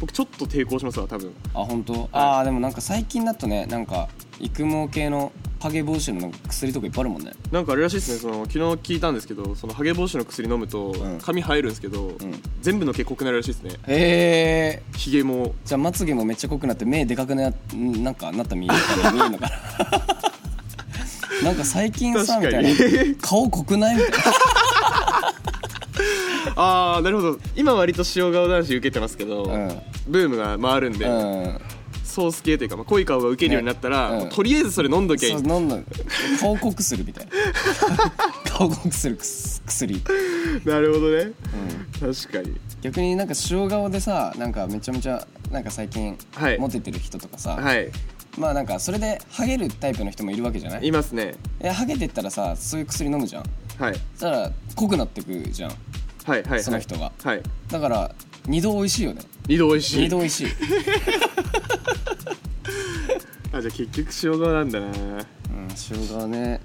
[SPEAKER 2] 僕ちょっと抵抗しますわ多分
[SPEAKER 3] あ本当、あーでもなんか最近だとねなんか育毛系のハゲ防止のなんか薬とかいっぱいあるもんね
[SPEAKER 2] なんかあれらしいですねその昨日聞いたんですけどそのハゲ防止の薬飲むと
[SPEAKER 3] うん
[SPEAKER 2] 髪生えるんですけど、
[SPEAKER 3] ん
[SPEAKER 2] 全部の毛濃くなるらしいですね
[SPEAKER 3] へえ
[SPEAKER 2] ヒゲも
[SPEAKER 3] じゃあまつげもめっちゃ濃くなって目でかくななんかなった見えるかな見えるの かななんか最近さみ
[SPEAKER 2] 確
[SPEAKER 3] た
[SPEAKER 2] か
[SPEAKER 3] い
[SPEAKER 2] に
[SPEAKER 3] な顔濃くないみたいな
[SPEAKER 2] ああなるほど今割と塩顔男子受けてますけど、
[SPEAKER 3] うん
[SPEAKER 2] ブームが回るんで、
[SPEAKER 3] うん
[SPEAKER 2] ソース系というか、まあ、濃い顔が受けるようになったら、
[SPEAKER 3] ねうん
[SPEAKER 2] もうとりあえずそれ飲んどきゃいい
[SPEAKER 3] そうなんなん顔濃くするみたいな 顔濃くするくす薬、
[SPEAKER 2] なるほどね
[SPEAKER 3] うん、
[SPEAKER 2] 確かに
[SPEAKER 3] 逆になんか塩顔でさなんかめちゃめちゃなんか最近
[SPEAKER 2] はい
[SPEAKER 3] モテてる人とかさ、
[SPEAKER 2] はい
[SPEAKER 3] まあなんかそれでハゲるタイプの人もいるわけじゃない
[SPEAKER 2] いますね
[SPEAKER 3] えハゲてったらさそういう薬飲むじゃん
[SPEAKER 2] はい
[SPEAKER 3] そしたら濃くなってくじゃん
[SPEAKER 2] はいはいはい
[SPEAKER 3] その人が
[SPEAKER 2] はい
[SPEAKER 3] だから二度美味しいよね
[SPEAKER 2] 二度美味しい
[SPEAKER 3] 二度美味しい、
[SPEAKER 2] あじゃあ結局塩顔なんだな
[SPEAKER 3] うん、塩顔ね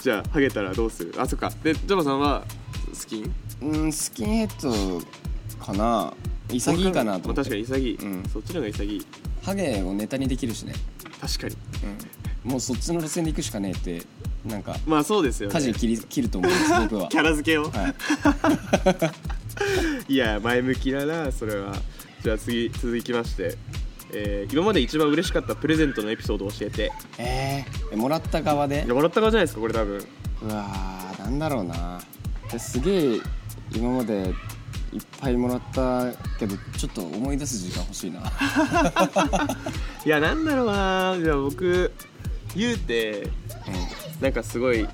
[SPEAKER 2] じゃあハゲたらどうするあそっかでジョバさんはスキン
[SPEAKER 3] うんスキンヘッドかな潔いかなと
[SPEAKER 2] ま
[SPEAKER 3] 思
[SPEAKER 2] あ
[SPEAKER 3] っ
[SPEAKER 2] 確か
[SPEAKER 3] て
[SPEAKER 2] に潔い、
[SPEAKER 3] うん
[SPEAKER 2] そっちの方が潔い
[SPEAKER 3] ハゲをネタにできるしね
[SPEAKER 2] 確かに
[SPEAKER 3] もうそっちの路線で行くしかねえってなんか
[SPEAKER 2] まあそうですよね
[SPEAKER 3] 舵切り切ると思うんです僕 は
[SPEAKER 2] キャラ付けを、
[SPEAKER 3] はい
[SPEAKER 2] い、や前向きだなそれはじゃあ次続きまして、えー今まで一番嬉しかったプレゼントのエピソードを教えて
[SPEAKER 3] えー、えもらった側で
[SPEAKER 2] いや笑った側じゃないですかこれ多分
[SPEAKER 3] うわーなんだろうなですげえ今までいっぱいもらったけどちょっと思い出す時間欲しい ない
[SPEAKER 2] やなんだろうなじゃあ僕言うてなんかすごい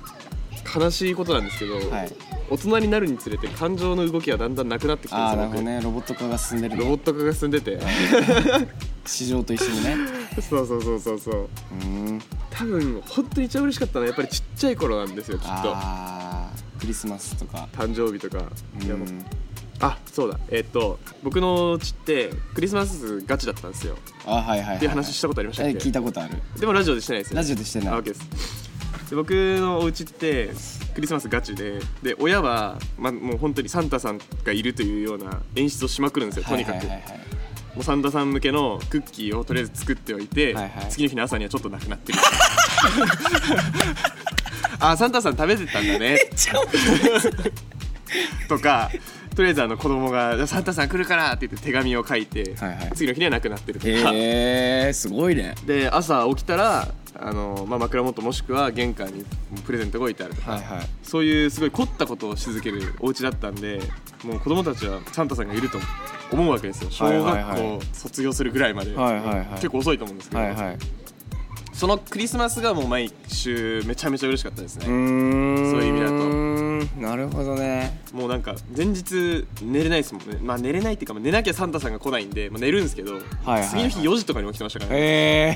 [SPEAKER 2] 悲しいことなんですけど、
[SPEAKER 3] はい
[SPEAKER 2] 大人になるにつれて感情の動きがだんだんなくなってきてるん
[SPEAKER 3] あ
[SPEAKER 2] で
[SPEAKER 3] あ
[SPEAKER 2] す
[SPEAKER 3] なるほどね
[SPEAKER 2] よ
[SPEAKER 3] ロボット化が進んでる
[SPEAKER 2] 僕
[SPEAKER 3] ね
[SPEAKER 2] ロボット化が進んでて
[SPEAKER 3] 市場と一緒にね
[SPEAKER 2] そうそうそうそうそう
[SPEAKER 3] うーん
[SPEAKER 2] 多分本当に一番嬉しかったのはやっぱりちっちゃい頃なんですよきっと
[SPEAKER 3] ああクリスマスとか
[SPEAKER 2] 誕生日とか
[SPEAKER 3] う
[SPEAKER 2] いやもうんあそうだえっと僕のうちってクリスマスガチだったんですよっ
[SPEAKER 3] あはいはいはい、はい、
[SPEAKER 2] ていう話したことありましたっ
[SPEAKER 3] え
[SPEAKER 2] け、
[SPEAKER 3] 聞いたことある
[SPEAKER 2] でもラジオでしてないですよ
[SPEAKER 3] ラジオでして
[SPEAKER 2] あ
[SPEAKER 3] ない
[SPEAKER 2] オッケーですで僕のお家ってクリスマスガチでで親は、まあ、もう本当にサンタさんがいるというような演出をしまくるんですよとにかく、
[SPEAKER 3] はいはいはいはい
[SPEAKER 2] もうサンタさん向けのクッキーをとりあえず作っておいて、
[SPEAKER 3] はいはい
[SPEAKER 2] 次の日の朝にはちょっとなくなってる あサンタさん食べてたんだねとかとりあえずあの子供が「サンタさん来るから」って言って手紙を書いて、
[SPEAKER 3] はいはい
[SPEAKER 2] 次の日にはなくなってるとか、
[SPEAKER 3] えー、すごいね
[SPEAKER 2] で朝起きたらあの、まあ、枕元もしくは玄関にプレゼントが置いてあるとか、
[SPEAKER 3] はいはい
[SPEAKER 2] そういうすごい凝ったことをし続けるお家だったんでもう子供たちはサンタさんがいると思うわけですよ小
[SPEAKER 3] はい
[SPEAKER 2] 学
[SPEAKER 3] はいはい
[SPEAKER 2] 校卒業するぐらいまで、
[SPEAKER 3] はいはいはい
[SPEAKER 2] 結構遅いと思うんですけど、
[SPEAKER 3] はいはい
[SPEAKER 2] そのクリスマスがもう毎週めちゃめちゃ嬉しかったです
[SPEAKER 3] う
[SPEAKER 2] ね、
[SPEAKER 3] ーん
[SPEAKER 2] そういう意味だと
[SPEAKER 3] となるほどね
[SPEAKER 2] もうなんか前日寝れないですもんねまあ寝れないっていうかまあ寝なきゃサンタさんが来ないんで、まあ、寝るんですけど、
[SPEAKER 3] はいはい
[SPEAKER 2] 次の日4時とかに起きてましたからね、
[SPEAKER 3] え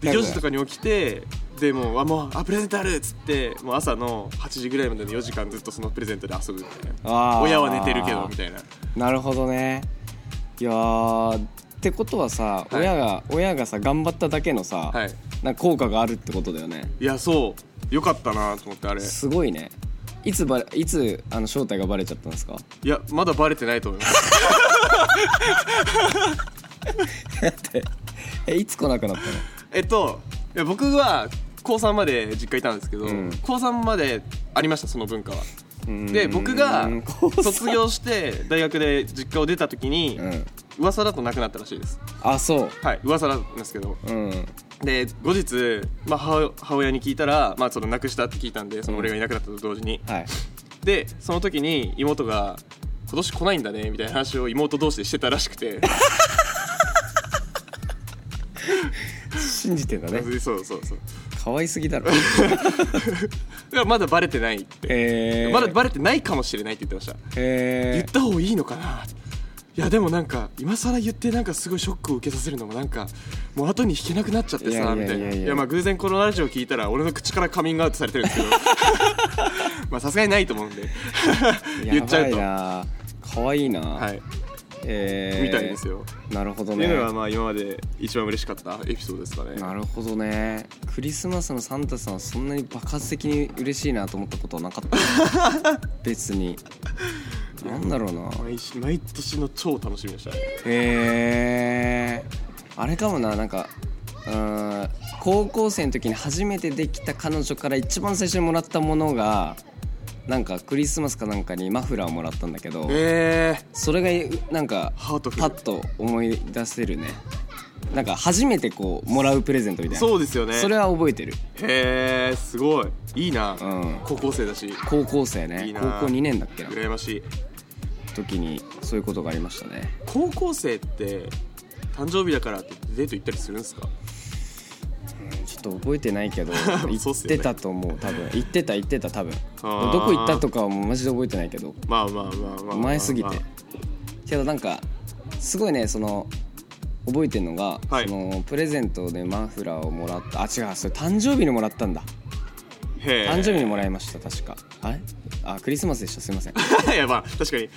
[SPEAKER 2] で4時とかに起きてでもうあもうあプレゼントあるっつってもう朝の8時ぐらいまでの4時間ずっとそのプレゼントで遊ぶみたいな
[SPEAKER 3] あー
[SPEAKER 2] 親は寝てるけどみたいな
[SPEAKER 3] ー、なるほどねいやーってことはさ、
[SPEAKER 2] はい
[SPEAKER 3] 親が親がさ頑張っただけのさ、
[SPEAKER 2] はい
[SPEAKER 3] なんか効果があるってことだよね
[SPEAKER 2] いやそうよかったなと思ってあれい
[SPEAKER 3] すごいねいつばいつあの正体がバレちゃったんですか
[SPEAKER 2] やまだバレてないと思います
[SPEAKER 3] えいつ来なくなったの
[SPEAKER 2] えっといや僕は高3まで実家いたんですけど、
[SPEAKER 3] ん
[SPEAKER 2] 高3までありましたその文化は
[SPEAKER 3] うーん
[SPEAKER 2] で僕が
[SPEAKER 3] こう
[SPEAKER 2] 卒業して大学で実家を出た時に、
[SPEAKER 3] うん
[SPEAKER 2] 噂だとなくなったらしいです
[SPEAKER 3] あそう
[SPEAKER 2] はい噂なんですけど
[SPEAKER 3] うん
[SPEAKER 2] で後日、まあ、母母親に聞いたら、まあ、その亡くしたって聞いたんでその俺がいなくなったと同時に、
[SPEAKER 3] はい
[SPEAKER 2] でその時に妹が「今年来ないんだ ね」みたいな話を妹同士でしてたらしくて
[SPEAKER 3] 信じてんだね
[SPEAKER 2] そうそうそう
[SPEAKER 3] 可愛すぎだろ
[SPEAKER 2] だからまだバレてないって、
[SPEAKER 3] えー、
[SPEAKER 2] まだバレてないかもしれないって言ってました言っ
[SPEAKER 3] え
[SPEAKER 2] た方がいいのかないやでもなんか今更言ってなんかすごいショックを受けさせるのもなんかもう後に引けなくなっちゃって
[SPEAKER 3] いや
[SPEAKER 2] さ
[SPEAKER 3] いや
[SPEAKER 2] みたい
[SPEAKER 3] いや
[SPEAKER 2] な
[SPEAKER 3] や
[SPEAKER 2] い
[SPEAKER 3] いや
[SPEAKER 2] やまあ偶然このラジオ聞いたら俺の口からカミングアウトされてるんで すけどまあさすがにないと思うんで
[SPEAKER 3] ー、
[SPEAKER 2] 言っちゃ
[SPEAKER 3] やば
[SPEAKER 2] うと
[SPEAKER 3] いな
[SPEAKER 2] は
[SPEAKER 3] 可愛いな、
[SPEAKER 2] い
[SPEAKER 3] えー、
[SPEAKER 2] みたいですよ
[SPEAKER 3] なるほど
[SPEAKER 2] って
[SPEAKER 3] ね
[SPEAKER 2] いうのがまあ今まで一番嬉しかったエピソードですかね
[SPEAKER 3] なるほどねクリスマスのサンタさんはそんなに爆発的に嬉しいなと思ったことはなかった 別になんだろうな
[SPEAKER 2] 毎し毎年の超楽しみでしたね
[SPEAKER 3] へえー、あれかもななんかうーん高校生の時に初めてできた彼女から一番最初にもらったものがなんかクリスマスかなんかにマフラーをもらったんだけど
[SPEAKER 2] え
[SPEAKER 3] それがなんか
[SPEAKER 2] ー、ハートフ
[SPEAKER 3] パ
[SPEAKER 2] ル
[SPEAKER 3] ッと思い出せるねなんか初めてこうもらうプレゼントみたいな
[SPEAKER 2] そうですよね
[SPEAKER 3] それは覚えてる
[SPEAKER 2] へえすごいいいな、
[SPEAKER 3] うん
[SPEAKER 2] 高校生だし
[SPEAKER 3] 高校生ね
[SPEAKER 2] いいな
[SPEAKER 3] 高校2年だっけな
[SPEAKER 2] 羨ましい
[SPEAKER 3] 時にそういうことがありましたね
[SPEAKER 2] 高校生って誕生日だからってデート行ったりするんですか
[SPEAKER 3] ちょっと覚えてないけど
[SPEAKER 2] そ
[SPEAKER 3] 行
[SPEAKER 2] う
[SPEAKER 3] っ
[SPEAKER 2] っすよね
[SPEAKER 3] てたと思う多分行ってた行ってた多分
[SPEAKER 2] あー
[SPEAKER 3] どこ行ったとかはもうマジで覚えてないけど
[SPEAKER 2] まあまあまあまあまあ
[SPEAKER 3] 前すぎてけどなんかすごいねその覚えてるのが、
[SPEAKER 2] はい
[SPEAKER 3] そのプレゼントでマフラーをもらったあ違うそれ誕生日にもらったんだ
[SPEAKER 2] へえ
[SPEAKER 3] 誕生日にもらいました確かあれあクリスマスでしたすいま せん
[SPEAKER 2] 日 いやまあ確かに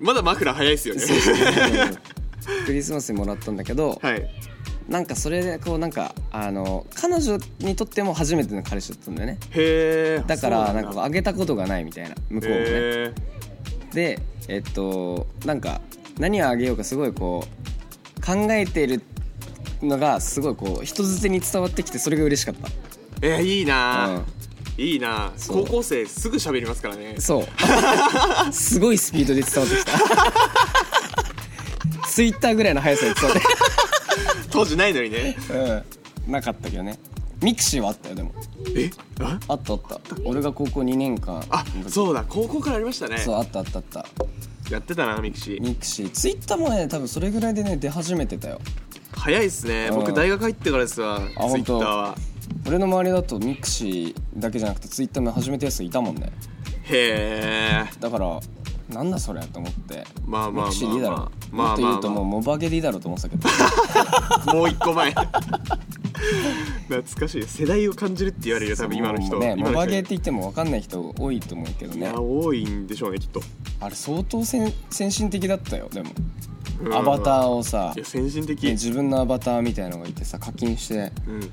[SPEAKER 2] まだマフラー早いですよね
[SPEAKER 3] そうそうそうクリスマスにもらったんだけど、
[SPEAKER 2] はい
[SPEAKER 3] なんかそれでこうなんかあの彼女にとっても初めての彼氏だったんだよね
[SPEAKER 2] へえ
[SPEAKER 3] だからなんかこうあげたことがないみたいな向こうもね
[SPEAKER 2] へ
[SPEAKER 3] でえっとなんか何をあげようかすごいこう考えてるのがすごいこう人づてに伝わってきてそれが嬉しかっ
[SPEAKER 2] ええーいい
[SPEAKER 3] た、う
[SPEAKER 2] な、
[SPEAKER 3] ん、
[SPEAKER 2] いいな
[SPEAKER 3] そう
[SPEAKER 2] 高校生すぐ喋りますからね
[SPEAKER 3] そうすごいスピードで伝わってきたツイッターぐらいの速さで伝わって
[SPEAKER 2] 当時ないの にね
[SPEAKER 3] うんなかったけどねミクシーはあったよでも
[SPEAKER 2] えあ
[SPEAKER 3] あったあった俺が高校2年間
[SPEAKER 2] あそうだ高校からありましたね
[SPEAKER 3] そうあったあったあった
[SPEAKER 2] やってたなミクシー
[SPEAKER 3] ミクシーツイッターもね多分それぐらいでね出始めてたよ
[SPEAKER 2] 早いっすね
[SPEAKER 3] う
[SPEAKER 2] 僕
[SPEAKER 3] ん
[SPEAKER 2] 大学入ってからですわツイ
[SPEAKER 3] 本
[SPEAKER 2] ッタ
[SPEAKER 3] 当
[SPEAKER 2] ーは
[SPEAKER 3] 俺の周りだとミクシーだけじゃなくてツイッターも始めたやついたもんね
[SPEAKER 2] へえ
[SPEAKER 3] だからなんだそれと思って
[SPEAKER 2] まあまあまあまあ
[SPEAKER 3] ミクシーでいいだろ
[SPEAKER 2] まあ
[SPEAKER 3] もっと言うと
[SPEAKER 2] まあまあ
[SPEAKER 3] もうモバゲでいいだろうと思ってたけど
[SPEAKER 2] もう一個前懐かしい世代を感じるって言われるよ多分今の人
[SPEAKER 3] そうね
[SPEAKER 2] 今
[SPEAKER 3] モ
[SPEAKER 2] の
[SPEAKER 3] バ
[SPEAKER 2] 人
[SPEAKER 3] ゲって言っても分かんない人多いと思うけど
[SPEAKER 2] い
[SPEAKER 3] ね
[SPEAKER 2] や多いんでしょうねきっと
[SPEAKER 3] あれ相当先先進的だったよでも
[SPEAKER 2] うん
[SPEAKER 3] アバターをさ
[SPEAKER 2] いや先進的、
[SPEAKER 3] ね自分のアバターみたいのがいてさ課金して
[SPEAKER 2] うん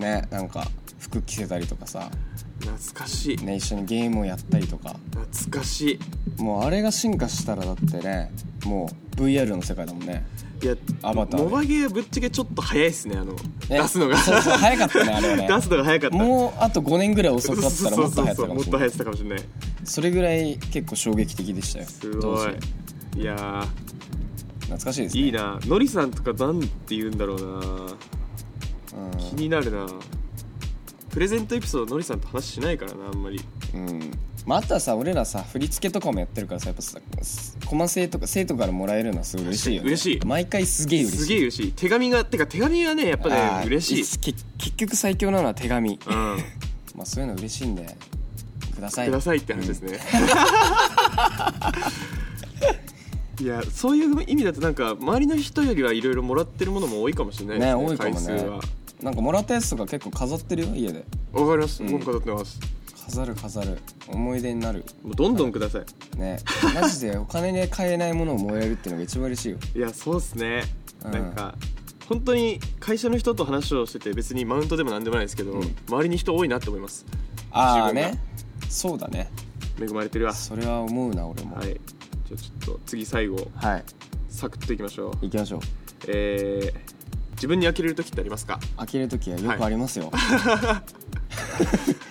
[SPEAKER 3] ねなんか服着せたりとかさ、
[SPEAKER 2] 懐かしい
[SPEAKER 3] ね、一緒にゲームをやったりとか
[SPEAKER 2] 懐かしい
[SPEAKER 3] もうあれが進化したらだってねもう VR の世界だもんね
[SPEAKER 2] いや
[SPEAKER 3] アバターで
[SPEAKER 2] モバゲーぶっちゃけちょっと早いっすねあの
[SPEAKER 3] ね
[SPEAKER 2] 出すのが
[SPEAKER 3] そうそう早かったねあれはね
[SPEAKER 2] 出すのが早かった
[SPEAKER 3] もうあと5年ぐらい遅かったらもっと早かったかもしれない
[SPEAKER 2] そうそうそうもっと流行ってたかもしれない
[SPEAKER 3] それぐらい結構衝撃的でしたよ
[SPEAKER 2] す
[SPEAKER 3] 当
[SPEAKER 2] ご
[SPEAKER 3] 時
[SPEAKER 2] いいや
[SPEAKER 3] 懐かしいです
[SPEAKER 2] ー
[SPEAKER 3] ね
[SPEAKER 2] いいなのりさんとかなんて言うんだろうな気になるなプレゼントエピソードのりさんと話しないからなあんまり
[SPEAKER 3] うん、うんまあ、あとはさ俺らさ振り付けとかもやってるからさやっぱさコマ生とか生徒からもらえるのはすごい嬉しいよね
[SPEAKER 2] 嬉しい
[SPEAKER 3] 毎回すげえ嬉しい
[SPEAKER 2] すげえ嬉しい手紙がてか手紙がねやっぱ
[SPEAKER 3] あ
[SPEAKER 2] ね
[SPEAKER 3] ー
[SPEAKER 2] 嬉しい
[SPEAKER 3] つけ結局最強なのは手紙
[SPEAKER 2] うん
[SPEAKER 3] まあそういうの嬉しいんでください
[SPEAKER 2] くださいって話ですね いやそういう意味だとなんか周りの人よりはいろいろもらってるものも多いかもしれないですね
[SPEAKER 3] ね多いかもね
[SPEAKER 2] 回数は
[SPEAKER 3] なんかもらったやつとか結構飾ってるよ家で
[SPEAKER 2] わかります
[SPEAKER 3] うん
[SPEAKER 2] 僕飾ってます
[SPEAKER 3] 飾る飾る思い出になる
[SPEAKER 2] もうどんどんください
[SPEAKER 3] ねマジでお金で買えないものをもらえるっていうのが一番嬉しいよ
[SPEAKER 2] いやそうっすね
[SPEAKER 3] うん
[SPEAKER 2] なんか本当に会社の人と話をしてて別にマウントでもなんでもないですけど、
[SPEAKER 3] うん
[SPEAKER 2] 周りに人多いなって思います
[SPEAKER 3] ああ
[SPEAKER 2] 自分が
[SPEAKER 3] ねそうだね
[SPEAKER 2] 恵まれてるわ
[SPEAKER 3] それは思うな俺も
[SPEAKER 2] はいじゃあちょっと次最後
[SPEAKER 3] はい
[SPEAKER 2] サクッといきましょう
[SPEAKER 3] 行きましょう
[SPEAKER 2] えー、自分に呆れる時ってありますか、
[SPEAKER 3] 開ける時はよくあり ますよ、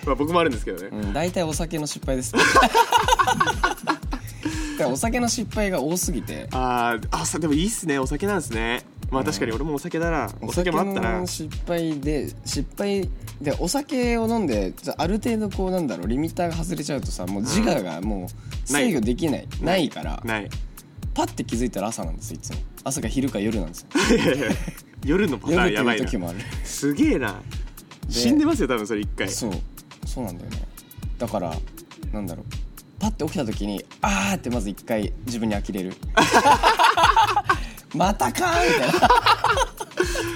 [SPEAKER 2] まあ、僕もあるんですけどね、
[SPEAKER 3] うん、大体お酒の失敗です だからお酒の失敗が多すぎて
[SPEAKER 2] あーあさでもいいっすねお酒なんですねまあ確かに俺もお酒だな、お酒もあったな
[SPEAKER 3] の失敗で失敗でお酒を飲んでじゃあある程度こうなんだろうリミッターが外れちゃうとさもう自我がもう
[SPEAKER 2] ない
[SPEAKER 3] 制御できない、ないから
[SPEAKER 2] ない
[SPEAKER 3] パッて気づいたら朝なんですよいつも朝か昼か夜なんですよ
[SPEAKER 2] 夜のパタ
[SPEAKER 3] 夜っ
[SPEAKER 2] ーン
[SPEAKER 3] て
[SPEAKER 2] やば
[SPEAKER 3] い
[SPEAKER 2] いう
[SPEAKER 3] 時
[SPEAKER 2] な
[SPEAKER 3] もある
[SPEAKER 2] すげえな
[SPEAKER 3] で
[SPEAKER 2] 死んでますよ多分それ一回
[SPEAKER 3] そうそうなんだよねだからなんだろうパッて起きた時に「あー」ってまず一回自分に呆れる またかーみたい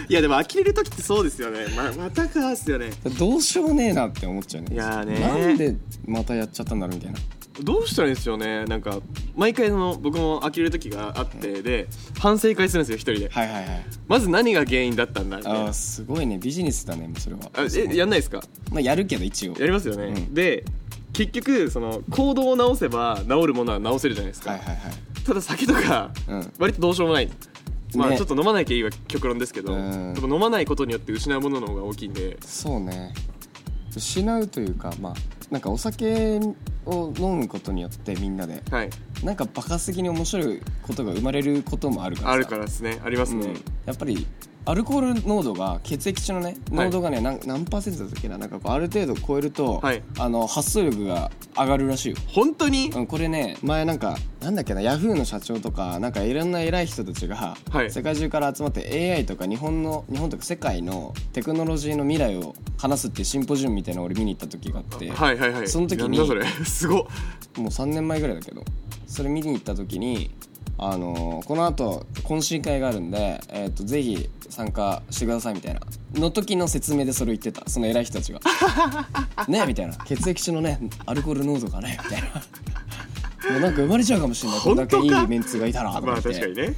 [SPEAKER 2] いやでも呆れる時ってそうですよねままたかーっすよね
[SPEAKER 3] などうしようもねえなって思っちゃうね
[SPEAKER 2] いやーねー
[SPEAKER 3] なんでまたやっちゃったんだろうみたいな
[SPEAKER 2] どうしたらいいんですよねなんか毎回その僕も呆れる時があってで反省会するんですよ一人で
[SPEAKER 3] はいはいはい
[SPEAKER 2] まず何が原因だったんだって
[SPEAKER 3] あー
[SPEAKER 2] あ
[SPEAKER 3] すごいねビジネスだねもうそれは
[SPEAKER 2] えやんないですか
[SPEAKER 3] まあやるけど一応
[SPEAKER 2] やりますよね、
[SPEAKER 3] うん
[SPEAKER 2] で結局その行動を直せば治るものは直せるじゃないですか、
[SPEAKER 3] はいはいはい
[SPEAKER 2] ただ酒とか
[SPEAKER 3] うん
[SPEAKER 2] 割とどうしようもない、まあ
[SPEAKER 3] ね
[SPEAKER 2] ちょっと飲まなきゃいいは極論ですけど、
[SPEAKER 3] うん
[SPEAKER 2] でも飲まないことによって失うものの方が大きいんで
[SPEAKER 3] そうね失うというかまあなんかお酒を飲むことによってみんなで
[SPEAKER 2] はい
[SPEAKER 3] なんかバカすぎに面白いことが生まれることもあるからさ
[SPEAKER 2] あるからですねありますね、
[SPEAKER 3] うんやっぱりアルコール濃度が血液中のね
[SPEAKER 2] はい
[SPEAKER 3] 濃度がね、なん何パーセントだったっけななんかこうある程度超えると、
[SPEAKER 2] はい
[SPEAKER 3] あの発想力が上がるらしいよ
[SPEAKER 2] 本当に、
[SPEAKER 3] うん、これね前なんかなんだっけなヤフーの社長とかなんかいろんな偉い人たちが、
[SPEAKER 2] はい
[SPEAKER 3] 世界中から集まって AI とか日本の日本とか世界のテクノロジーの未来を話すっていうシンポジウムみたいなのを俺見に行った時があって、
[SPEAKER 2] はいはいはい
[SPEAKER 3] その時に
[SPEAKER 2] なんだそれ すごっ
[SPEAKER 3] もう3年前ぐらいだけどそれ見に行った時にあのーこのあと懇親会があるんで、えー、とぜひ参加してくださいみたいなの時の説明でそれを言ってたその偉い人たち が「ねえ」みたいな血液中のねアルコール濃度がねみたいなもうなんか生まれちゃうかもしれないこんだけい
[SPEAKER 2] 本当か
[SPEAKER 3] いメンツがいたらと
[SPEAKER 2] ま
[SPEAKER 3] 思
[SPEAKER 2] あ
[SPEAKER 3] って、
[SPEAKER 2] 確かにね、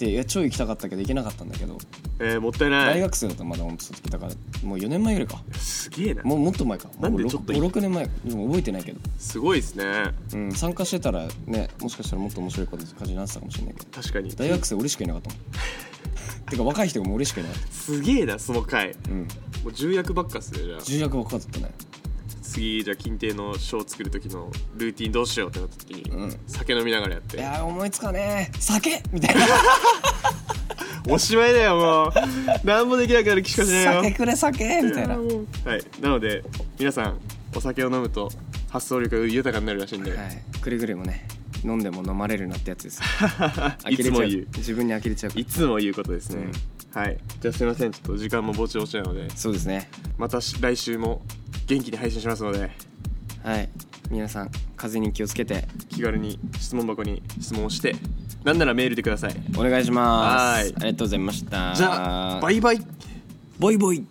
[SPEAKER 3] でいや超行きたかったけど行けなかったんだけど、
[SPEAKER 2] えー、もったいな
[SPEAKER 3] 大
[SPEAKER 2] い
[SPEAKER 3] 学生だとまだ本当その時だからもう4年前ぐらいか
[SPEAKER 2] すげえな
[SPEAKER 3] もうもっと前か
[SPEAKER 2] なんでちょっと
[SPEAKER 3] 56年前かでも覚えてないけど
[SPEAKER 2] すごいですね
[SPEAKER 3] うん、参加してたらねもしかしたらもっと面白いこと感じになってたかもしれないけど
[SPEAKER 2] 確かに
[SPEAKER 3] 大学生俺しかいなかったも んてか若い人も俺しかいなかっ
[SPEAKER 2] すげえなその回
[SPEAKER 3] たうん
[SPEAKER 2] もう重役ばっかっすねじゃあ
[SPEAKER 3] 重役ばっかだったね
[SPEAKER 2] 次じゃあ金亭の書を作る時のルーティンどうしようってなった時に、
[SPEAKER 3] うん
[SPEAKER 2] 酒飲みながらやっ
[SPEAKER 3] い
[SPEAKER 2] て
[SPEAKER 3] やー思いつかねー酒みたいな
[SPEAKER 2] おしまいだ よもう何もできなくなる気しかしないよ
[SPEAKER 3] 酒くれ酒みたいな
[SPEAKER 2] やもうはいなので皆さんお酒を飲むと発想力が豊かになるらしいんで、
[SPEAKER 3] はいくれぐれもね飲んでも飲まれるなってやつです
[SPEAKER 2] い、つも
[SPEAKER 3] 呆れ
[SPEAKER 2] 言
[SPEAKER 3] ちゃ
[SPEAKER 2] う
[SPEAKER 3] う自分に呆れちゃうから
[SPEAKER 2] いつも言うことですね、はいじゃあすいませんちょっと時間もぼちぼちなので
[SPEAKER 3] そうですね
[SPEAKER 2] またし来週も元気に配信しますので
[SPEAKER 3] はい皆さん風邪に気をつけて
[SPEAKER 2] 気軽に質問箱に質問をしてなんならメールでください
[SPEAKER 3] お願いします
[SPEAKER 2] は
[SPEAKER 3] あ
[SPEAKER 2] い
[SPEAKER 3] りがとうございました
[SPEAKER 2] じゃあバイバイ
[SPEAKER 3] ボイボイ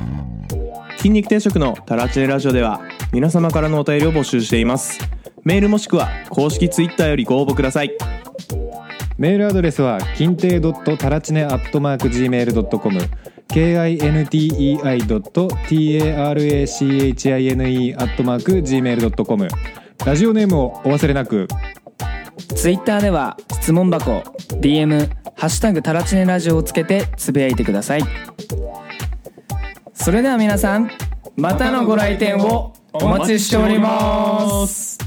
[SPEAKER 4] 筋肉定食のタラチネラジオでは皆様からのお便りを募集していますメールもしくは公式ツイッターよりご応募ください
[SPEAKER 5] メールアドレスは金亭ドットタラチネアットマーク gmail ドットコム k i n t e i ドット t a r a c h i n e アットマーク gmail ドットコムラジオネームをお忘れなく。
[SPEAKER 6] ツイッターでは質問箱 DM「ハッシュタグタラチネラジオ」をつけてつぶやいてくださいそれでは皆さんまたのご来店をお待ちしております